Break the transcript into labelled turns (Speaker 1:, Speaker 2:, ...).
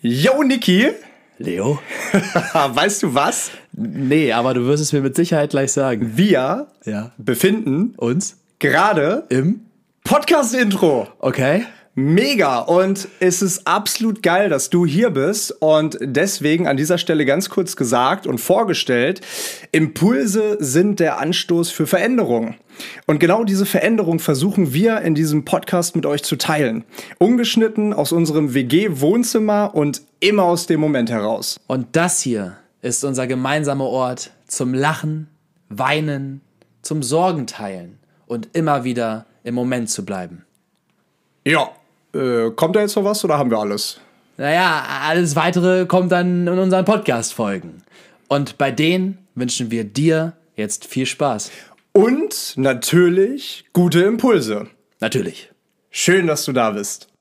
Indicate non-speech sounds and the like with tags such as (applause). Speaker 1: Yo, Niki,
Speaker 2: Leo?
Speaker 1: (laughs) weißt du was?
Speaker 2: Nee, aber du wirst es mir mit Sicherheit gleich sagen.
Speaker 1: Wir
Speaker 2: Ja.
Speaker 1: befinden
Speaker 2: Uns?
Speaker 1: gerade
Speaker 2: Im?
Speaker 1: Podcast-Intro.
Speaker 2: Okay.
Speaker 1: Mega und es ist absolut geil, dass du hier bist und deswegen an dieser Stelle ganz kurz gesagt und vorgestellt, Impulse sind der Anstoß für Veränderung. Und genau diese Veränderung versuchen wir in diesem Podcast mit euch zu teilen. Ungeschnitten aus unserem WG-Wohnzimmer und immer aus dem Moment heraus.
Speaker 2: Und das hier ist unser gemeinsamer Ort zum Lachen, Weinen, zum Sorgen teilen und immer wieder im Moment zu bleiben.
Speaker 1: Ja, äh, kommt da jetzt noch was oder haben wir alles?
Speaker 2: Naja, alles weitere kommt dann in unseren Podcast-Folgen. Und bei denen wünschen wir dir jetzt viel Spaß.
Speaker 1: Und natürlich gute Impulse.
Speaker 2: Natürlich.
Speaker 1: Schön, dass du da bist.